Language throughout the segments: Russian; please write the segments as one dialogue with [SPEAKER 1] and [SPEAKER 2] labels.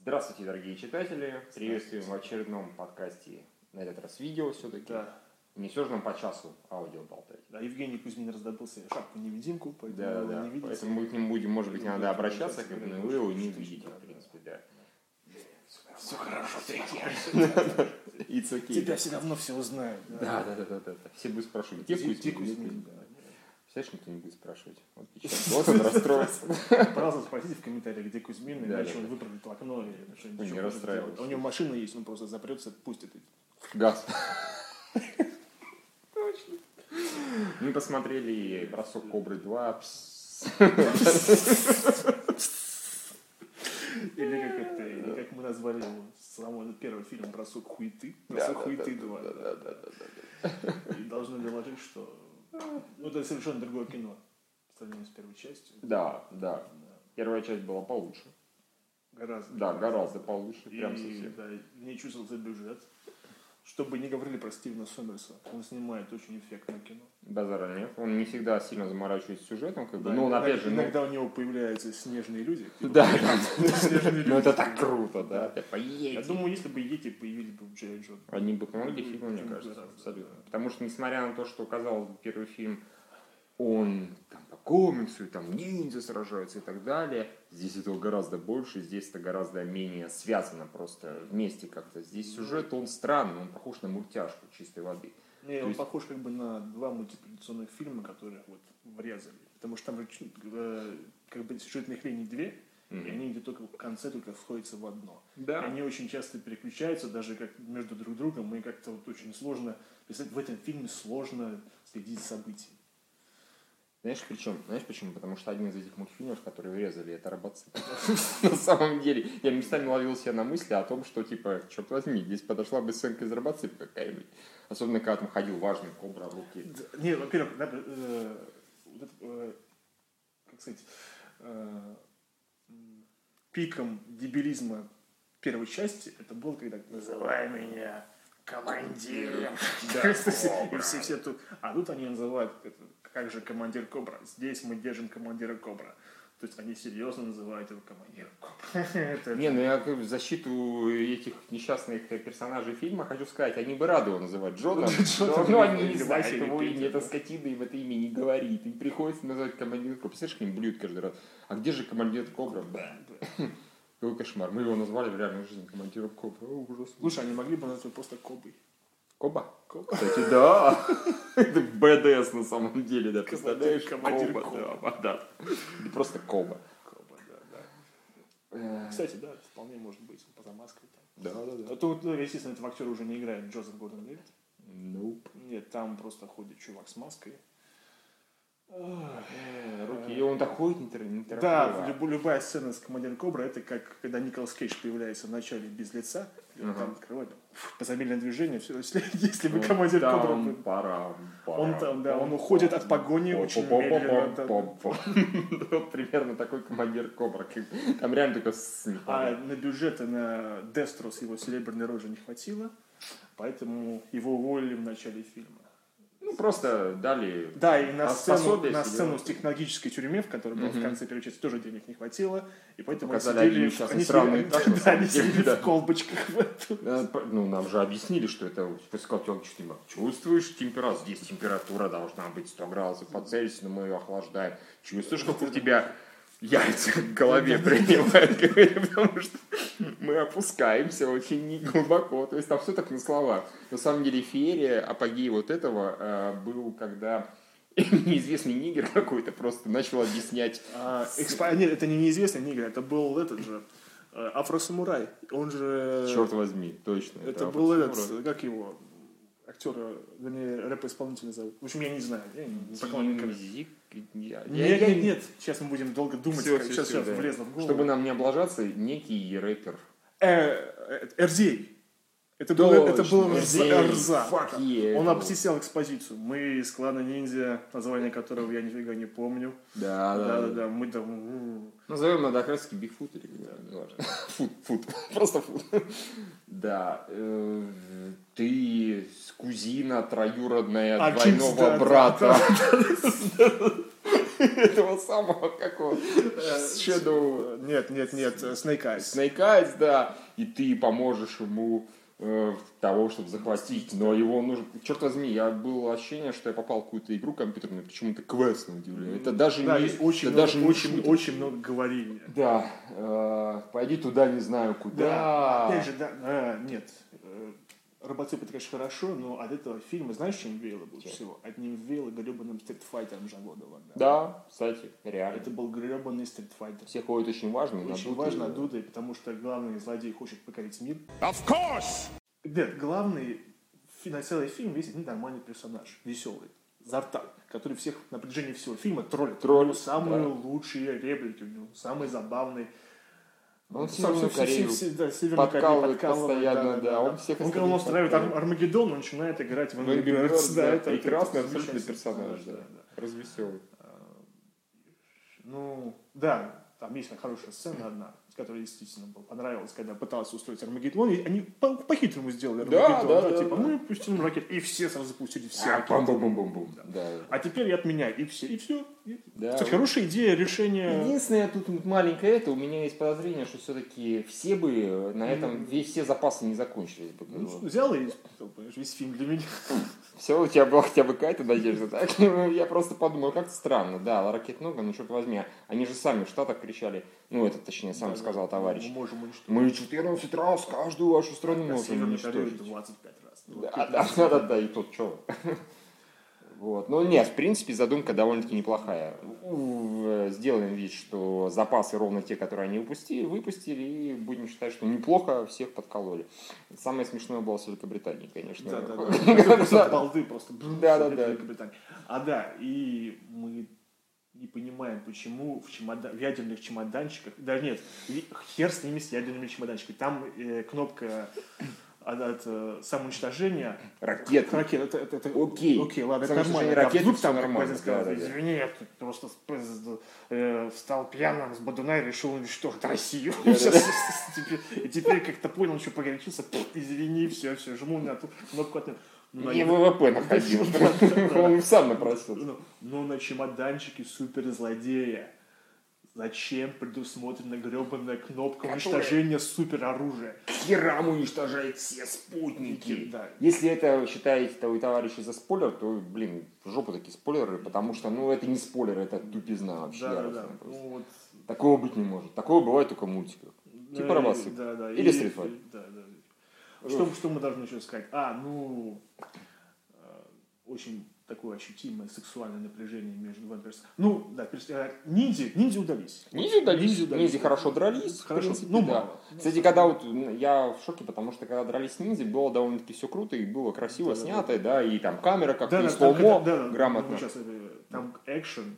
[SPEAKER 1] Здравствуйте, дорогие читатели. Приветствуем в очередном подкасте, на этот раз видео все-таки.
[SPEAKER 2] Да.
[SPEAKER 1] Не все же нам по часу аудио болтать.
[SPEAKER 2] да, Евгений Кузьмин раздобыл себе шапку-невидимку, поэтому
[SPEAKER 1] Да,
[SPEAKER 2] Ну, вы
[SPEAKER 1] да.
[SPEAKER 2] не видите.
[SPEAKER 1] Поэтому мы к ним будем, может быть,
[SPEAKER 2] Будем
[SPEAKER 1] надо
[SPEAKER 2] обращаться,
[SPEAKER 1] обращаться, как бы,
[SPEAKER 2] говорим,
[SPEAKER 1] но вы его
[SPEAKER 2] что
[SPEAKER 1] не
[SPEAKER 2] ты,
[SPEAKER 1] видите,
[SPEAKER 2] да,
[SPEAKER 1] в
[SPEAKER 2] да.
[SPEAKER 1] принципе, да.
[SPEAKER 2] Все хорошо, ты
[SPEAKER 1] It's okay.
[SPEAKER 2] Тебя все равно все узнают.
[SPEAKER 1] Да, да, да, да, да, да. Все будут спрашивать, где
[SPEAKER 2] Где
[SPEAKER 1] Кузьмин?
[SPEAKER 2] Кузьмин,
[SPEAKER 1] Где
[SPEAKER 2] да.
[SPEAKER 1] Представляешь, никто не будет спрашивать. Вот, печаль. вот он расстроился.
[SPEAKER 2] Пожалуйста, спросите в комментариях, где Кузьмин,
[SPEAKER 1] Да,
[SPEAKER 2] иначе
[SPEAKER 1] да,
[SPEAKER 2] он
[SPEAKER 1] да.
[SPEAKER 2] выпрыгнет в окно или
[SPEAKER 1] Ой,
[SPEAKER 2] что-нибудь
[SPEAKER 1] не
[SPEAKER 2] еще может
[SPEAKER 1] расстраивайся.
[SPEAKER 2] сделать. А У него машина есть, он просто запрется, пустит. и-
[SPEAKER 1] Газ. Мы посмотрели «Бросок Кобры 2». Пс.
[SPEAKER 2] Или как это, или как мы назвали его, самый этот первый фильм «Бросок хуеты».
[SPEAKER 1] Да,
[SPEAKER 2] «Бросок хуеты 2».
[SPEAKER 1] да, да, да, да, да.
[SPEAKER 2] да. И должны доложить, что... Ну, это совершенно другое кино. По сравнению с первой частью.
[SPEAKER 1] Да, да. Первая часть была получше.
[SPEAKER 2] Гораздо.
[SPEAKER 1] Да, гораздо получше, прям
[SPEAKER 2] И
[SPEAKER 1] совсем.
[SPEAKER 2] да, не чувствовался бюджет. Что бы ни говорили про Стивена Сомерса, он снимает очень эффектное кино.
[SPEAKER 1] Базара нет. Он не всегда сильно заморачивается сюжетом, как бы.
[SPEAKER 2] Да,
[SPEAKER 1] ну, он
[SPEAKER 2] иногда-
[SPEAKER 1] опять же, ну-
[SPEAKER 2] иногда у него появляются снежные люди. Типа,
[SPEAKER 1] Да, да.
[SPEAKER 2] Снежные люди.
[SPEAKER 1] Ну, это так круто, да. Типа,
[SPEAKER 2] Я
[SPEAKER 1] «Е-е-е».
[SPEAKER 2] думаю, ну, если бы Йети появились бы в Джей Джо.
[SPEAKER 1] Они бы помогли фильму, мне
[SPEAKER 2] Очень
[SPEAKER 1] кажется,
[SPEAKER 2] гораздо,
[SPEAKER 1] абсолютно.
[SPEAKER 2] да.
[SPEAKER 1] Потому что, несмотря на то, что казалось бы, первый фильм, он там по комиксу, и там ниндзя сражаются и так далее, здесь этого гораздо больше, здесь это гораздо менее связано просто вместе как-то. Здесь
[SPEAKER 2] Ну,
[SPEAKER 1] сюжет, он странный, он похож на мультяшку чистой воды.
[SPEAKER 2] Не,
[SPEAKER 1] То
[SPEAKER 2] он
[SPEAKER 1] есть-
[SPEAKER 2] похож как бы на два мультипликационных фильма, которые вот врезали. Потому что там же чуть, э, как бы сюжетных линий две,
[SPEAKER 1] Мгм.
[SPEAKER 2] и они где только в конце только сходятся в одно.
[SPEAKER 1] Да.
[SPEAKER 2] Они очень часто переключаются, даже как между друг другом, и как-то вот очень сложно, представить, в этом фильме сложно следить за событиями.
[SPEAKER 1] Знаешь, причем, знаешь почему? Потому что один из этих мультфильмов, которые врезали, это робоцып. На самом деле, я местами ловил себя на мысли о том, что, типа, черт возьми, здесь подошла бы сценка из робоцып какая-нибудь. Особенно, когда там ходил важный кобра в руке.
[SPEAKER 2] Да, Не, во-первых, да, э, вот это, э, как сказать, э, м, пиком дебилизма первой части это было, когда «Называй меня командиром!»
[SPEAKER 1] Да,
[SPEAKER 2] И все,
[SPEAKER 1] Кобра.
[SPEAKER 2] все тут... А тут они называют, это, как же командир Кобра. Здесь мы держим командира Кобра. То есть они серьезно называют его командиром Кобра. Это-
[SPEAKER 1] Не, ну я как бы в защиту этих несчастных персонажей фильма хочу сказать, они бы рады его называть Джоном, но
[SPEAKER 2] Джоном
[SPEAKER 1] но они
[SPEAKER 2] или
[SPEAKER 1] не
[SPEAKER 2] Вася,
[SPEAKER 1] знают
[SPEAKER 2] или
[SPEAKER 1] его
[SPEAKER 2] Петя,
[SPEAKER 1] имя, эта
[SPEAKER 2] да.
[SPEAKER 1] скотина им это имя не говорит, им приходится называть командир Кобра. Представляешь, как им блюют каждый раз, а где же командир Кобра? Бэ. Какой кошмар, мы его назвали в реальной жизни командиром Кобра, О, ужас.
[SPEAKER 2] Слушай, они могли бы назвать его просто Кобой.
[SPEAKER 1] Коба?
[SPEAKER 2] Коба.
[SPEAKER 1] Кстати, да. Это БДС на самом деле, да, представляешь?
[SPEAKER 2] командир
[SPEAKER 1] Коба,
[SPEAKER 2] Коба.
[SPEAKER 1] да, да. Просто Коба.
[SPEAKER 2] Коба, да, да.
[SPEAKER 1] Да,
[SPEAKER 2] Кстати, да, вполне может быть, по замазке там.
[SPEAKER 1] да, да.
[SPEAKER 2] А то, вот, ну, естественно, этого актера уже не играет Джозеф Гордон Левит.
[SPEAKER 1] Nope.
[SPEAKER 2] Нет, там просто ходит чувак с маской.
[SPEAKER 1] Э, Руки, и он так ходит нетер- неторопливо.
[SPEAKER 2] Да, любу- любая сцена с командиром Кобра, это как когда Николас Кейдж появляется в начале без лица, и он
[SPEAKER 1] Ага.
[SPEAKER 2] там открывает, фу, позамедленное движение, все, если, если бы
[SPEAKER 1] Он
[SPEAKER 2] командир
[SPEAKER 1] там,
[SPEAKER 2] Кобра... был.
[SPEAKER 1] парам,
[SPEAKER 2] Он там, да,
[SPEAKER 1] парам,
[SPEAKER 2] он уходит от
[SPEAKER 1] пам,
[SPEAKER 2] погони
[SPEAKER 1] пам,
[SPEAKER 2] очень
[SPEAKER 1] пам, пам,
[SPEAKER 2] медленно, да.
[SPEAKER 1] пам, пам. Вот Примерно такой командир Кобра. как- Там реально только с
[SPEAKER 2] А на бюджеты на Дестро с его серебряной рожи не хватило, поэтому его уволили в начале фильма.
[SPEAKER 1] Ну, просто дали...
[SPEAKER 2] Да, и на
[SPEAKER 1] А
[SPEAKER 2] сцену,
[SPEAKER 1] пособие
[SPEAKER 2] на
[SPEAKER 1] сидел?
[SPEAKER 2] сцену с технологической тюрьме, в которой был в
[SPEAKER 1] Мгм.
[SPEAKER 2] конце первой части, тоже денег не хватило. И поэтому
[SPEAKER 1] Показали
[SPEAKER 2] они сидели,
[SPEAKER 1] один
[SPEAKER 2] в,
[SPEAKER 1] несчастный
[SPEAKER 2] они
[SPEAKER 1] сраный
[SPEAKER 2] сидели,
[SPEAKER 1] этаж, на
[SPEAKER 2] да,
[SPEAKER 1] самом
[SPEAKER 2] они
[SPEAKER 1] деле,
[SPEAKER 2] сидели
[SPEAKER 1] да.
[SPEAKER 2] в колбочках. в этом.
[SPEAKER 1] Э, по- Ну, нам же объяснили, что это высокотелки, что типа, чувствуешь температуру, здесь температура должна быть 100 градусов по Цельсию, но мы ее охлаждаем. Чувствуешь, как у тебя яйца в голове принимают, говорю, потому что мы опускаемся очень не глубоко. То есть там все так на словах. На самом деле феерия, апогей вот этого э, был, когда неизвестный нигер какой-то просто начал объяснять
[SPEAKER 2] А, экспо- Нет, это не неизвестный Нигер, это был этот же э, Афросамурай. Он же...
[SPEAKER 1] Черт возьми, точно.
[SPEAKER 2] Э, Это был этот, э, как его, актера, вернее, рэп-исполнителя зовут. В общем, я не знаю. я не- не поклонник. Нет, нет, нет. Сейчас мы будем долго думать,
[SPEAKER 1] Всё,
[SPEAKER 2] как-
[SPEAKER 1] всё,
[SPEAKER 2] сейчас
[SPEAKER 1] всё,
[SPEAKER 2] сейчас
[SPEAKER 1] Ну да.
[SPEAKER 2] влезло в
[SPEAKER 1] Чтобы
[SPEAKER 2] голову.
[SPEAKER 1] нам не облажаться, некий рэпер.
[SPEAKER 2] Э, э, Эрзей. Это было, это было
[SPEAKER 1] Точно,
[SPEAKER 2] Эрза.
[SPEAKER 1] Fuck yeah, это
[SPEAKER 2] Он
[SPEAKER 1] был.
[SPEAKER 2] обсисел экспозицию. Мы из клана ниндзя, название которого я нифига не помню.
[SPEAKER 1] Да, да, да.
[SPEAKER 2] Да-да-да, мы там...
[SPEAKER 1] Назовем надо окраски Бигфут или как это, неважно. Фут, фут, просто фут. Да, э, ты с кузина троюродная
[SPEAKER 2] А, Джимс,
[SPEAKER 1] двойного
[SPEAKER 2] да,
[SPEAKER 1] брата. этого самого, какого Э, Shadow
[SPEAKER 2] Э, Нет, нет, нет, э, Snake Eyes.
[SPEAKER 1] Snake Eyes, да, и ты поможешь ему э, того, чтобы захватить, но его нужно... Черт возьми, я было ощущение, что я попал в какую-то игру компьютерную, почему-то квест, на удивление. Это даже
[SPEAKER 2] Да,
[SPEAKER 1] не...
[SPEAKER 2] есть очень,
[SPEAKER 1] это
[SPEAKER 2] много,
[SPEAKER 1] даже не
[SPEAKER 2] очень,
[SPEAKER 1] шутер.
[SPEAKER 2] очень много говорения.
[SPEAKER 1] Да, э, пойди туда, не знаю куда.
[SPEAKER 2] Опять же, да, а, нет. э, Роботеп это, конечно, хорошо, но от этого фильма знаешь, чем веяло больше
[SPEAKER 1] Чем?
[SPEAKER 2] всего? От него веяло гребаным стритфайтером Жагода Ванда.
[SPEAKER 1] Да, кстати, реально.
[SPEAKER 2] Это был гребаный стритфайтер.
[SPEAKER 1] Все ходят очень важно.
[SPEAKER 2] Очень важно отдутый, потому что главный злодей хочет покорить мир.
[SPEAKER 1] Of course!
[SPEAKER 2] Нет, главный фи- на целый фильм весь один нормальный персонаж, веселый, Зартак, который всех на протяжении всего фильма троллит.
[SPEAKER 1] Троллит,
[SPEAKER 2] У него самые
[SPEAKER 1] да.
[SPEAKER 2] лучшие реплики, у него самые забавные.
[SPEAKER 1] Ну, Он
[SPEAKER 2] Всё-
[SPEAKER 1] Северную
[SPEAKER 2] всё- всё-
[SPEAKER 1] Корею
[SPEAKER 2] всё- да, Северную Корею
[SPEAKER 1] подкалывает
[SPEAKER 2] подкалывает,
[SPEAKER 1] постоянно, да, он всех
[SPEAKER 2] он, когда
[SPEAKER 1] остальных
[SPEAKER 2] он устраивает
[SPEAKER 1] подкалывает.
[SPEAKER 2] Ар- Армагеддон, он начинает играть в
[SPEAKER 1] Angry
[SPEAKER 2] Angry Birds,
[SPEAKER 1] Birds,
[SPEAKER 2] да,
[SPEAKER 1] да,
[SPEAKER 2] это- это
[SPEAKER 1] прекрасный абсолютно
[SPEAKER 2] замечательный
[SPEAKER 1] персонаж, да.
[SPEAKER 2] да.
[SPEAKER 1] Развеселый.
[SPEAKER 2] Ну, да, там есть хорошая сцена одна, которая действительно была- понравилась, когда пытался устроить Армагеддон, и они по- по-хитрому сделали
[SPEAKER 1] Да,
[SPEAKER 2] Армагеддон,
[SPEAKER 1] да, да,
[SPEAKER 2] типа,
[SPEAKER 1] да.
[SPEAKER 2] мы пустим ракет, и все сразу запустили все
[SPEAKER 1] А,
[SPEAKER 2] ракеты.
[SPEAKER 1] Бам-бам-бам-бам-бам. Да.
[SPEAKER 2] А теперь я отменяю, и все, и все. И-
[SPEAKER 1] Да,
[SPEAKER 2] Кстати,
[SPEAKER 1] вот.
[SPEAKER 2] хорошая идея решения...
[SPEAKER 1] Единственное, тут вот маленькое это, у меня есть подозрение, что все-таки все бы э, на этом ве- все запасы не закончились бы.
[SPEAKER 2] Ну, взял и сделал, понимаешь, весь фильм для меня.
[SPEAKER 1] Все, у тебя была хотя бы какая-то надежда, так? Ну, Я просто подумал, как странно, да, ракет много, но черт возьми, они же сами в Штатах кричали, ну, это, точнее, сам сказал
[SPEAKER 2] Мы
[SPEAKER 1] товарищ,
[SPEAKER 2] можем уничтожить.
[SPEAKER 1] мы 14 раз каждую вашу страну
[SPEAKER 2] А
[SPEAKER 1] можем
[SPEAKER 2] Северную Корею
[SPEAKER 1] уничтожить.
[SPEAKER 2] 25 раз. Ну,
[SPEAKER 1] А, Да,
[SPEAKER 2] ракеты
[SPEAKER 1] да, да, да, да, и тут что. Вот. Ну нет, в принципе, задумка довольно-таки неплохая. У, э, Сделаем вид, что запасы ровно те, которые они упустили, выпустили, и будем считать, что неплохо всех подкололи. Самое смешное было с Великобританией, конечно.
[SPEAKER 2] Да, да, да. Просто от балды просто. бррр,
[SPEAKER 1] Да, да,
[SPEAKER 2] всё,
[SPEAKER 1] да.
[SPEAKER 2] Великобритания. А да, и мы не понимаем, почему в, чемода- в ядерных чемоданчиках, да нет, и хер с ними, с ядерными чемоданчиками. Там э, кнопка от, от, э, самоуничтожения.
[SPEAKER 1] Ракеты.
[SPEAKER 2] Ракет, ну это, это, это-
[SPEAKER 1] Окей.
[SPEAKER 2] Окей, ладно, это
[SPEAKER 1] Самоуничтожение
[SPEAKER 2] нормально.
[SPEAKER 1] ракеты,
[SPEAKER 2] вдруг
[SPEAKER 1] всё нормально,
[SPEAKER 2] какой-то сказал,
[SPEAKER 1] да, да, да.
[SPEAKER 2] Извини, я тут просто сп- э, встал пьяным с Бадуна и решил уничтожить Россию.
[SPEAKER 1] Да, да,
[SPEAKER 2] Сейчас-
[SPEAKER 1] да.
[SPEAKER 2] теперь- И теперь как-то понял, что погорячился. пф, Извини, все, все, жму на ту кнопку отмен. Ну, на-
[SPEAKER 1] Не ВВП находил. Он сам напросился.
[SPEAKER 2] ну, Но на чемоданчике суперзлодея. Зачем предусмотрена гребаная кнопка
[SPEAKER 1] Которая-
[SPEAKER 2] уничтожения супероружия?
[SPEAKER 1] Херам уничтожает все спутники.
[SPEAKER 2] Да.
[SPEAKER 1] Если это считаете того товарищи за спойлер, то, блин, в жопу такие спойлеры, потому что, ну, это не спойлер, это тупизна вообще.
[SPEAKER 2] Да, да,
[SPEAKER 1] яростная
[SPEAKER 2] да.
[SPEAKER 1] просто.
[SPEAKER 2] Ну, вот,
[SPEAKER 1] Такого быть не может. Такое бывает только в мультиках.
[SPEAKER 2] Да,
[SPEAKER 1] Типа
[SPEAKER 2] и-
[SPEAKER 1] Робоцып.
[SPEAKER 2] Да, да.
[SPEAKER 1] Или
[SPEAKER 2] и-
[SPEAKER 1] Street Fighter.
[SPEAKER 2] и- Да, да. Что, что мы должны еще сказать? А, ну, э, очень такое ощутимое сексуальное напряжение между двумя персонажами. Ну, да, перс- э, ниндзя, ниндзя удались.
[SPEAKER 1] Ниндзя дались,
[SPEAKER 2] Ниндзя
[SPEAKER 1] ниндзя,
[SPEAKER 2] дались.
[SPEAKER 1] хорошо дрались,
[SPEAKER 2] Хорошо,
[SPEAKER 1] в принципе,
[SPEAKER 2] ну,
[SPEAKER 1] да.
[SPEAKER 2] мало.
[SPEAKER 1] Кстати, когда вот м, я в шоке, потому что когда дрались ниндзя, было довольно-таки все круто и было красиво
[SPEAKER 2] Да-да-да.
[SPEAKER 1] снято, да, и там камера как-то,
[SPEAKER 2] Да,
[SPEAKER 1] и
[SPEAKER 2] да, там,
[SPEAKER 1] слоумо
[SPEAKER 2] когда- да, да,
[SPEAKER 1] грамотно.
[SPEAKER 2] ну, сейчас, э, там экшен,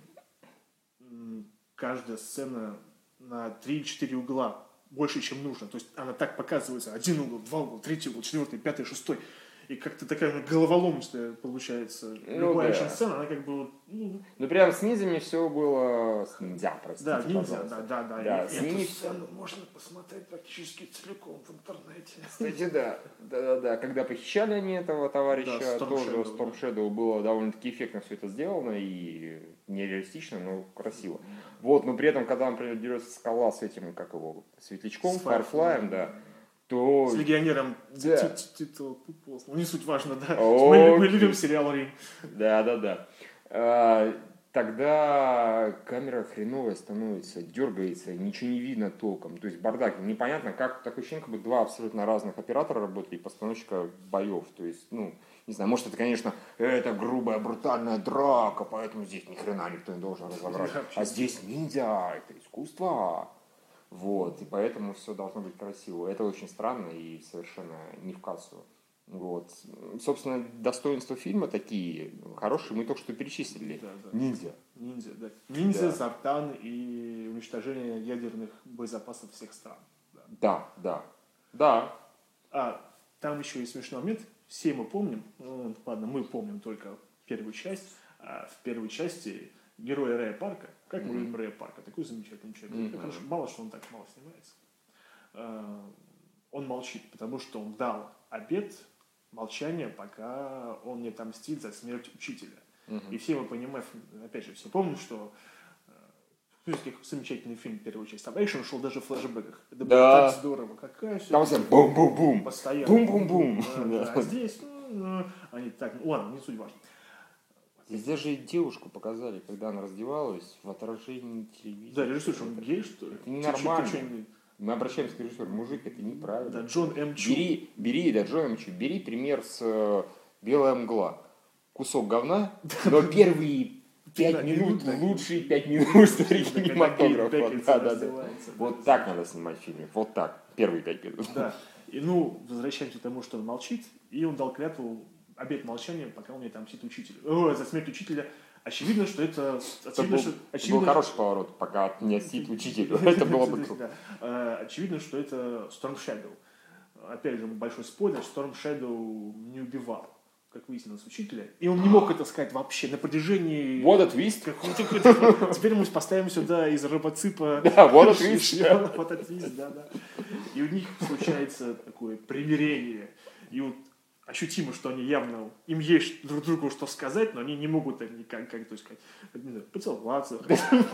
[SPEAKER 2] м, каждая сцена на 3-4 угла больше, чем нужно. То есть она так показывается. Один угол, два угла, третий угол, четвертый, пятый, шестой. И как-то такая ну, головоломчатая получается. Любая
[SPEAKER 1] да.
[SPEAKER 2] экшн-сцена, она как бы... вот, ну,
[SPEAKER 1] Ну, прям с ниндзями все было... С ниндзя, простите,
[SPEAKER 2] да, ниндзя,
[SPEAKER 1] пожалуйста.
[SPEAKER 2] да, да, да.
[SPEAKER 1] Да,
[SPEAKER 2] И
[SPEAKER 1] с
[SPEAKER 2] эту
[SPEAKER 1] ними-
[SPEAKER 2] сцену можно посмотреть практически целиком в интернете.
[SPEAKER 1] Кстати, да. Да-да-да. Когда похищали они этого товарища,
[SPEAKER 2] Да, Storm
[SPEAKER 1] тоже
[SPEAKER 2] Shadow,
[SPEAKER 1] Storm Shadow было довольно-таки эффектно все это сделано и нереалистично, но красиво. Вот, но при этом, когда, например, дерется скала с этим, как его, светлячком,
[SPEAKER 2] С Firefly.
[SPEAKER 1] Firefly, да, то...
[SPEAKER 2] С легионером
[SPEAKER 1] Да.
[SPEAKER 2] Ти- Ти- Титул Пупос. Ну, не суть важно, да.
[SPEAKER 1] Окей.
[SPEAKER 2] Мы, мы любим сериал «Рим».
[SPEAKER 1] Да-да-да. А, Тогда камера хреновая становится, дергается, ничего не видно толком. То есть бардак. Непонятно, как такое ощущение, как бы два абсолютно разных оператора работали и постановщика боев. То есть, ну, не знаю, может это, конечно, это грубая, брутальная драка, поэтому здесь ни хрена никто не должен разобрать.
[SPEAKER 2] Да, вообще.
[SPEAKER 1] А здесь ниндзя, это искусство. Вот, и поэтому все должно быть красиво. Это очень странно и совершенно не в кассу. Вот. Собственно, достоинства фильма такие хорошие, мы только что перечислили.
[SPEAKER 2] Да, да.
[SPEAKER 1] Ниндзя.
[SPEAKER 2] Ниндзя, да. Ниндзя,
[SPEAKER 1] Да.
[SPEAKER 2] Зартан и уничтожение ядерных боезапасов всех стран. Да.
[SPEAKER 1] Да, да. Да.
[SPEAKER 2] А, там еще есть смешной момент. Все мы помним, ну, ладно, мы помним только первую часть. А в первой части героя Рэя Парка, как мы
[SPEAKER 1] Мгм.
[SPEAKER 2] любим Рэя Парка, такой замечательный человек.
[SPEAKER 1] Мгм.
[SPEAKER 2] Как хорошо, мало что он так мало снимается. А, он молчит, потому что он дал обед молчания, пока он не отомстит за смерть учителя.
[SPEAKER 1] Мгм.
[SPEAKER 2] И все мы понимаем, опять же, все помнят, что э, Кутузовский замечательный фильм, первая часть, там экшен шел даже в флэшбэках. Это
[SPEAKER 1] Да.
[SPEAKER 2] было так здорово, какая все
[SPEAKER 1] Там все бум-бум-бум.
[SPEAKER 2] постоянно.
[SPEAKER 1] Бум-бум-бум.
[SPEAKER 2] Да, да.
[SPEAKER 1] Да.
[SPEAKER 2] А здесь, ну, э, они так, ну, ладно, не суть важно.
[SPEAKER 1] Здесь же и девушку показали, когда она раздевалась в отражении
[SPEAKER 2] Да,
[SPEAKER 1] телевизора.
[SPEAKER 2] режиссер, что он гей, что ли?
[SPEAKER 1] Это
[SPEAKER 2] Ты чё-
[SPEAKER 1] ненормально.
[SPEAKER 2] ты чё не-
[SPEAKER 1] Мы обращаемся к режиссеру. Мужик, это неправильно.
[SPEAKER 2] Да, Джон М. Чу.
[SPEAKER 1] Бери, бери, да, Джон Мичу, бери пример с э, «Белая мгла». Кусок говна, но первые пять
[SPEAKER 2] Да,
[SPEAKER 1] минут,
[SPEAKER 2] минут, да.
[SPEAKER 1] лучшие пять минут истории
[SPEAKER 2] Да, когда Кейт
[SPEAKER 1] кинематографа.
[SPEAKER 2] Бекинсейл
[SPEAKER 1] Да, да, да.
[SPEAKER 2] раздевается,
[SPEAKER 1] Вот так надо снимать фильмы, вот так, первые пять минут.
[SPEAKER 2] Да. И, ну, возвращаемся к тому, что он молчит, и он дал клятву обед молчания, пока он не отомстит учителя. Ой, за смерть учителя. Очевидно, что это...
[SPEAKER 1] Это
[SPEAKER 2] Очевидно,
[SPEAKER 1] был,
[SPEAKER 2] что,
[SPEAKER 1] это был
[SPEAKER 2] очевидно,
[SPEAKER 1] хороший поворот, пока от меня сидит учитель. Это было бы круто.
[SPEAKER 2] Да. Э, Очевидно, что это Storm Shadow. Опять же, большой спойлер, Storm Shadow не убивал, как выяснилось, учителя. И он не мог это сказать вообще на протяжении...
[SPEAKER 1] Вот этот твист.
[SPEAKER 2] Как- ну, так это- Теперь мы поставим сюда из робоципа...
[SPEAKER 1] Да, вот этот твист.
[SPEAKER 2] шпионов, вот этот твист, да, да. И у них случается такое примирение. И вот ощутимо, что они явно... Им есть друг другу что сказать, но они не могут это никак, как то сказать, не знаю, поцеловаться.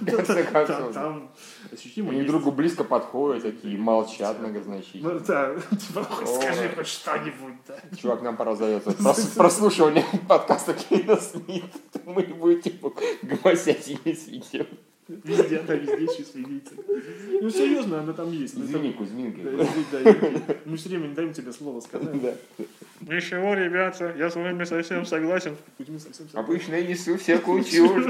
[SPEAKER 1] конце концов, да.
[SPEAKER 2] Там- Там ощутимо
[SPEAKER 1] Они
[SPEAKER 2] есть-
[SPEAKER 1] друг другу близко подходят, такие молчат многозначительно.
[SPEAKER 2] ну да, типа, хоть
[SPEAKER 1] О.
[SPEAKER 2] скажи хоть что-нибудь, да.
[SPEAKER 1] Чувак, нам пора зовется. Прослушивание подкаста Клина Смит. Мы не будем типа гвоздять и весь видео.
[SPEAKER 2] Везде, да, везде чувство имеется. Ну, серьезно, она там есть. Ну, это-
[SPEAKER 1] Извини,
[SPEAKER 2] Да,
[SPEAKER 1] Кузьминка.
[SPEAKER 2] извини, да, извини. Мы все время не даем тебе слово сказать.
[SPEAKER 1] Да.
[SPEAKER 2] Ничего, ребята, я с вами совсем согласен.
[SPEAKER 1] Обычно я несу всякую чушь.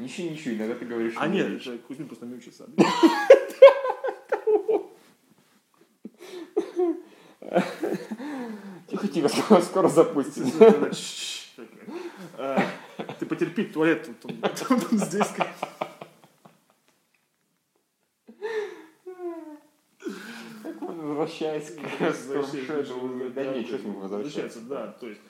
[SPEAKER 1] Ничего, ничего, иногда ты говоришь.
[SPEAKER 2] А нет,
[SPEAKER 1] ерунду.
[SPEAKER 2] это Кузьмин просто не учится.
[SPEAKER 1] Тихо, тихо, скоро- скоро запустим.
[SPEAKER 2] А, Ты потерпи, туалет тут, он- тут он здесь. как-
[SPEAKER 1] Возвращаясь к Storm Shadow. Да нет, что с ним возвращаться.
[SPEAKER 2] Возвращается, да, то есть.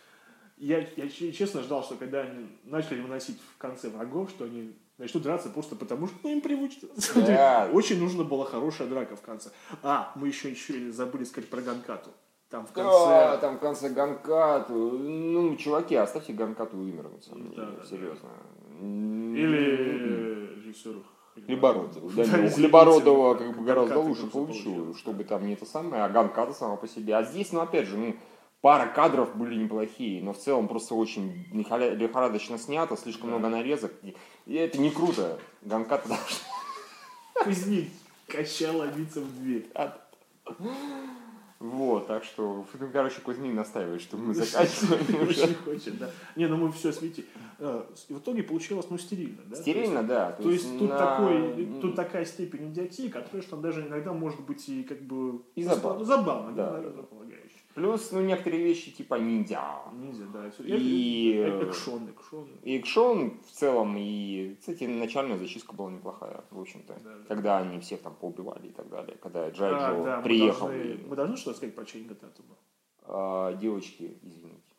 [SPEAKER 2] Я, я ч- честно ждал, что когда они начали выносить в конце врагов, что они начнут драться просто потому, что ну, им привычно.
[SPEAKER 1] Да.
[SPEAKER 2] Очень нужна была хорошая драка в конце. А, мы еще, еще забыли сказать про Ганкату. Там в
[SPEAKER 1] Да,
[SPEAKER 2] конце...
[SPEAKER 1] там в конце Ганкату. Ну, чуваки, оставьте Ганкату вымернуть,
[SPEAKER 2] Да, да, да.
[SPEAKER 1] серьезно.
[SPEAKER 2] Или э, режиссеру
[SPEAKER 1] Хлебородова. Да,
[SPEAKER 2] Да,
[SPEAKER 1] нет, у
[SPEAKER 2] извините,
[SPEAKER 1] Хлебородова
[SPEAKER 2] да,
[SPEAKER 1] как бы
[SPEAKER 2] как
[SPEAKER 1] гораздо
[SPEAKER 2] Ганката
[SPEAKER 1] лучше
[SPEAKER 2] тоже
[SPEAKER 1] получилось,
[SPEAKER 2] получилось,
[SPEAKER 1] чтобы там не это самое, а Ганката сама по себе. А здесь, ну опять же, ну, пара кадров были неплохие, но в целом просто очень лихоля- лихорадочно снято, слишком много нарезок. И- И это не круто. Ганката должна...
[SPEAKER 2] Кузьмин качал ловиться в дверь.
[SPEAKER 1] Вот, так что, ну, короче, Кузьмин настаивает, что мы заканчиваем уже.
[SPEAKER 2] Очень хочет, да. Не, ну мы все, смотрите. э, с- В итоге получилось, ну, стерильно, да?
[SPEAKER 1] Стерильно, да.
[SPEAKER 2] То есть, то есть тут,
[SPEAKER 1] на-
[SPEAKER 2] такой, тут такая степень идиотии, которая, что даже иногда может быть и как бы...
[SPEAKER 1] И
[SPEAKER 2] ну,
[SPEAKER 1] забавно.
[SPEAKER 2] Забавно,
[SPEAKER 1] Да,
[SPEAKER 2] да,
[SPEAKER 1] да,
[SPEAKER 2] наверное,
[SPEAKER 1] да.
[SPEAKER 2] полагающе.
[SPEAKER 1] Плюс, ну, некоторые вещи типа ниндзя.
[SPEAKER 2] Ниндзя, да. всё.
[SPEAKER 1] И,
[SPEAKER 2] Э,
[SPEAKER 1] э,
[SPEAKER 2] Экшон, экшон.
[SPEAKER 1] И экшон в целом, и, кстати, начальная зачистка была неплохая, в общем-то.
[SPEAKER 2] Да, да.
[SPEAKER 1] Когда они всех там поубивали и так далее. Когда Джай
[SPEAKER 2] А,
[SPEAKER 1] Джо
[SPEAKER 2] да, мы
[SPEAKER 1] приехал.
[SPEAKER 2] должны-
[SPEAKER 1] и,
[SPEAKER 2] Мы должны что-то сказать про Ченнинга Татума?
[SPEAKER 1] а, девочки, извините.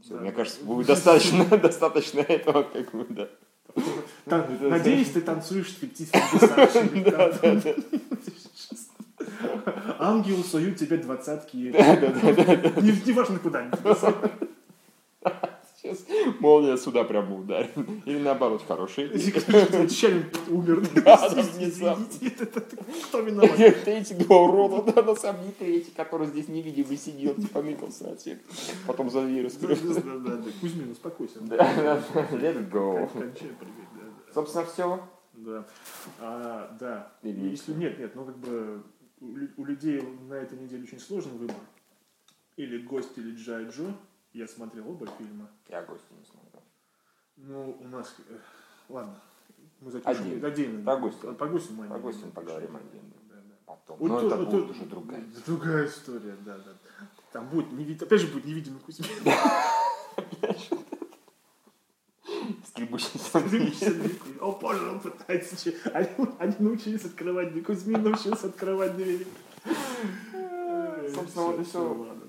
[SPEAKER 1] Всё,
[SPEAKER 2] Да.
[SPEAKER 1] Мне кажется, будет достаточно, достаточно этого, как бы, да.
[SPEAKER 2] Та-
[SPEAKER 1] Да, да.
[SPEAKER 2] Надеюсь, ты танцуешь стриптиз в Ангел сует тебе двадцатки. Не не важно куда.
[SPEAKER 1] Сейчас молния сюда прямо ударит. Или наоборот, хороший.
[SPEAKER 2] Челлендж умер.
[SPEAKER 1] Да, да, внезапно.
[SPEAKER 2] Извините, это- это- Кто виноват?
[SPEAKER 1] Эти два урода, да, на самом деле, третий, который здесь невидимый сидел, типа ныкался от всех. Потом за дверь
[SPEAKER 2] Да,
[SPEAKER 1] скрылся.
[SPEAKER 2] Ну, да, да, да. Кузьмин, успокойся.
[SPEAKER 1] Да, да, да. Let it go.
[SPEAKER 2] Кон- кончай прыгать, да, да.
[SPEAKER 1] Собственно, все.
[SPEAKER 2] Да. А, да.
[SPEAKER 1] Или
[SPEAKER 2] Если нет, нет, ну как бы у лю- у людей на этой неделе очень сложный выбор. Или гость, или Джай Джо. Я смотрел оба фильма.
[SPEAKER 1] Я гости не смотрел.
[SPEAKER 2] Ну, у нас... э, Ладно. Мы запишем
[SPEAKER 1] Отдельно.
[SPEAKER 2] отдельно.
[SPEAKER 1] Про Гостина.
[SPEAKER 2] Про Гостина мы
[SPEAKER 1] Про Гостина
[SPEAKER 2] отдельно запишем.
[SPEAKER 1] поговорим отдельно.
[SPEAKER 2] Да, да.
[SPEAKER 1] Потом.
[SPEAKER 2] Вот
[SPEAKER 1] Но
[SPEAKER 2] тоже-
[SPEAKER 1] это
[SPEAKER 2] вот
[SPEAKER 1] будет
[SPEAKER 2] тоже-
[SPEAKER 1] уже другая.
[SPEAKER 2] Другая история, да, да. Там будет невид... Опять же будет невидимый Кузьмин.
[SPEAKER 1] Скребущий
[SPEAKER 2] Любишься дверь Кузьмин. О, боже, он пытается... че- Они, они научились открывать дверь. Кузьмин научился открывать двери. Э,
[SPEAKER 1] Собственно, вот и
[SPEAKER 2] всё,
[SPEAKER 1] всё.
[SPEAKER 2] всё, ладно.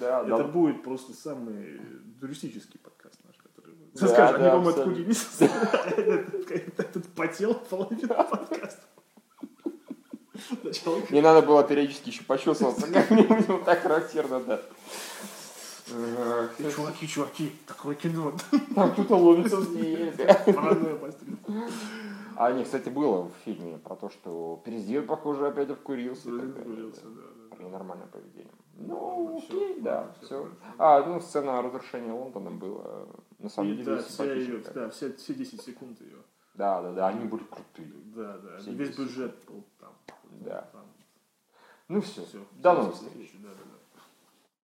[SPEAKER 1] Да,
[SPEAKER 2] Это
[SPEAKER 1] да.
[SPEAKER 2] будет просто самый туристический подкаст наш, который мы...
[SPEAKER 1] Да,
[SPEAKER 2] Скажи,
[SPEAKER 1] да,
[SPEAKER 2] они вам
[SPEAKER 1] абсолютно.
[SPEAKER 2] откудились? Этот этот потел половину подкаста. Сначала
[SPEAKER 1] Мне надо было периодически еще почесываться как-нибудь, вот так характерно, да. э,
[SPEAKER 2] Чуваки, чуваки, такое кино.
[SPEAKER 1] там кто-то ловится в змее.
[SPEAKER 2] Паранойя построена.
[SPEAKER 1] А не, кстати, было в фильме про то, что президент, похоже, опять обкурился. и так далее.
[SPEAKER 2] Вылился, да, да.
[SPEAKER 1] Ненормальное поведение. Ну,
[SPEAKER 2] Ну, всё,
[SPEAKER 1] окей, да,
[SPEAKER 2] всё
[SPEAKER 1] все.
[SPEAKER 2] хорошо.
[SPEAKER 1] А, ну, сцена разрушения Лондона была, на самом
[SPEAKER 2] И
[SPEAKER 1] деле,
[SPEAKER 2] Да, вся
[SPEAKER 1] симпатичная.
[SPEAKER 2] ее, да, все, все 10 секунд ее.
[SPEAKER 1] да, да, да, они были крутые.
[SPEAKER 2] Да, да.
[SPEAKER 1] Все
[SPEAKER 2] Весь
[SPEAKER 1] 10
[SPEAKER 2] бюджет был там.
[SPEAKER 1] Да.
[SPEAKER 2] Там,
[SPEAKER 1] Ну все,
[SPEAKER 2] всё.
[SPEAKER 1] до
[SPEAKER 2] Всё,
[SPEAKER 1] новых
[SPEAKER 2] всё,
[SPEAKER 1] встреч.
[SPEAKER 2] Да, да, да.